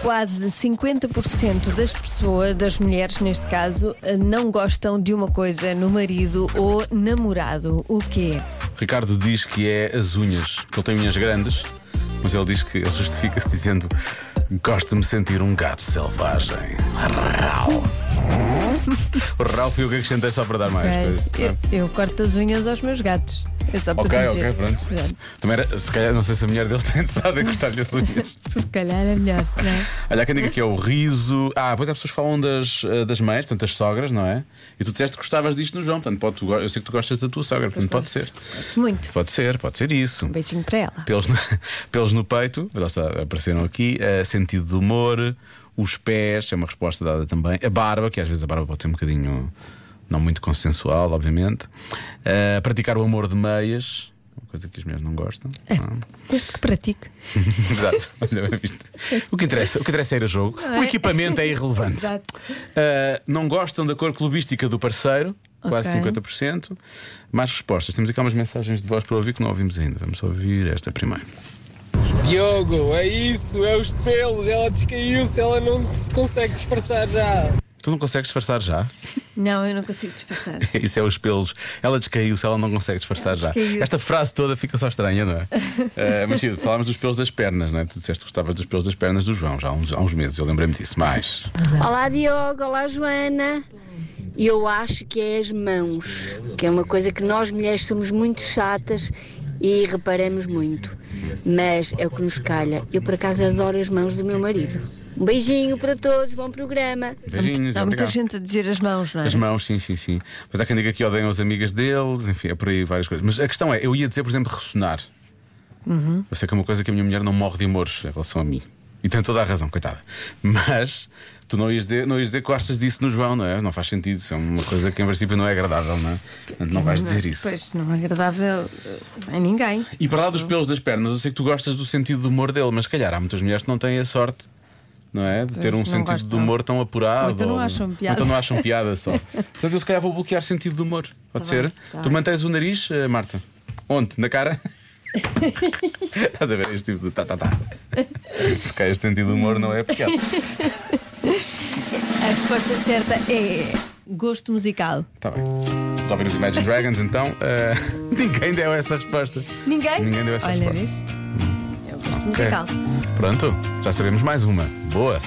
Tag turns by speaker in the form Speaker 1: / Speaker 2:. Speaker 1: Quase 50% das pessoas, das mulheres neste caso, eh, não gostam de uma coisa no marido ou namorado. O quê?
Speaker 2: Ricardo diz que é as unhas, que ele tem unhas grandes, mas ele diz que ele justifica-se dizendo: Gosto de me sentir um gato selvagem. Rau. O Rau foi o que acrescentei só para dar mais coisas.
Speaker 1: Eh, Eu, eu corto as unhas aos meus gatos. É só para
Speaker 2: Ah, Ok,
Speaker 1: dizer.
Speaker 2: ok, pronto. Também era, se calhar, não sei se a mulher deles tem interessado em cortar-lhe as unhas.
Speaker 1: Se calhar é melhor, não é?
Speaker 2: Olha, há quem diga que é o riso. Ah, pois há pessoas que falam das, eh, das mães, portanto, das sogras, não é? E tu disseste que gostavas disto no João, portanto, pode, tu go- eu sei que tu gostas da tua sogra, portanto, pode ser.
Speaker 1: Muito.
Speaker 2: Pode ser, pode ser isso.
Speaker 1: Um beijinho para ela.
Speaker 2: Pelos, no- pelos no peito, lá está, apareceram aqui, eh, sentido de humor, os pés, é uma resposta dada também, a barba, que às vezes a barba pode ter um bocadinho não muito consensual, obviamente. Eh, praticar o amor de meias, uma coisa que as mulheres não gostam. não é?
Speaker 1: Desde que pratico.
Speaker 2: Exato. Olha, bem visto. O que interessa, o que interessa é ir a jogo. O
Speaker 1: é?
Speaker 2: equipamento é irrelevante.
Speaker 1: Exato.
Speaker 2: Ah, não gostam da cor clubística do parceiro, quase
Speaker 1: Ok.
Speaker 2: 50%. Mais respostas. Temos aqui algumas mensagens de voz para ouvir que não ouvimos ainda. Vamos ouvir esta primeiro.
Speaker 3: Diogo, é isso, é os pelos, ela descaiu-se, ela não se consegue disfarçar já.
Speaker 2: Tu não consegues disfarçar já?
Speaker 1: Não, eu não consigo disfarçar.
Speaker 2: Isso é os pelos. Ela descaiu-se, ela não consegue disfarçar
Speaker 1: Ela
Speaker 2: já.
Speaker 1: descaiu-se.
Speaker 2: Esta frase toda fica só estranha, não é? Ah, mas sim, falámos dos pelos das pernas, não é? Tu disseste que gostavas dos pelos das pernas do João já há uns, há uns meses, eu lembrei-me disso. Mais.
Speaker 4: Olá Diogo, olá Joana. Eu acho que é as mãos, que é uma coisa que nós mulheres somos muito chatas e reparamos muito. Mas é o que nos calha. Eu por acaso adoro as mãos do meu marido. Um beijinho para todos, bom programa.
Speaker 2: Beijinhos,
Speaker 1: Há muita
Speaker 2: obrigado.
Speaker 1: gente a dizer as mãos, não é?
Speaker 2: As mãos, sim, sim, sim. Mas há quem diga que odeiam as amigas deles, enfim, é por aí várias coisas. Mas a questão é, eu ia dizer, por exemplo, ressonar.
Speaker 1: Uhum.
Speaker 2: Eu sei que é uma coisa que a minha mulher não morre de amores em relação a mim. E tem toda a razão, coitada. Mas tu não ias dizer, não ias dizer que gostas disso no João, não é? Não faz sentido. Isso é uma coisa que em princípio não é agradável, não é? Portanto, Não vais dizer isso.
Speaker 1: Pois, não é agradável eh, a ninguém.
Speaker 2: E para lá dos pelos das pernas, eu sei que tu gostas do sentido de humor dele, mas se calhar há muitas mulheres que não têm a sorte. Não é? De ter
Speaker 1: Pois,
Speaker 2: um
Speaker 1: não
Speaker 2: sentido de
Speaker 1: gostam.
Speaker 2: humor tão apurado.
Speaker 1: Ou então não
Speaker 2: ou-
Speaker 1: acham
Speaker 2: ou
Speaker 1: piada.
Speaker 2: então não acham piada só. Portanto, eu se calhar vou bloquear sentido de humor. Pode
Speaker 1: Tá
Speaker 2: ser?
Speaker 1: bem, tá
Speaker 2: tu
Speaker 1: bem.
Speaker 2: mantens o nariz, eh, Marta? Onde? Na cara? Estás a ver este tipo de tá, tá, tá. Se calhar este sentido de humor não é piada.
Speaker 1: A resposta certa é gosto musical.
Speaker 2: Está Tá bem. Vamos ouvir os Imagine Dragons então. Eh, ninguém deu essa resposta.
Speaker 1: Ninguém?
Speaker 2: Ninguém deu essa Hum.
Speaker 1: Olha, vês?
Speaker 2: resposta.
Speaker 1: É o gosto musical.
Speaker 2: Ok. Pronto, já sabemos mais uma. Boa.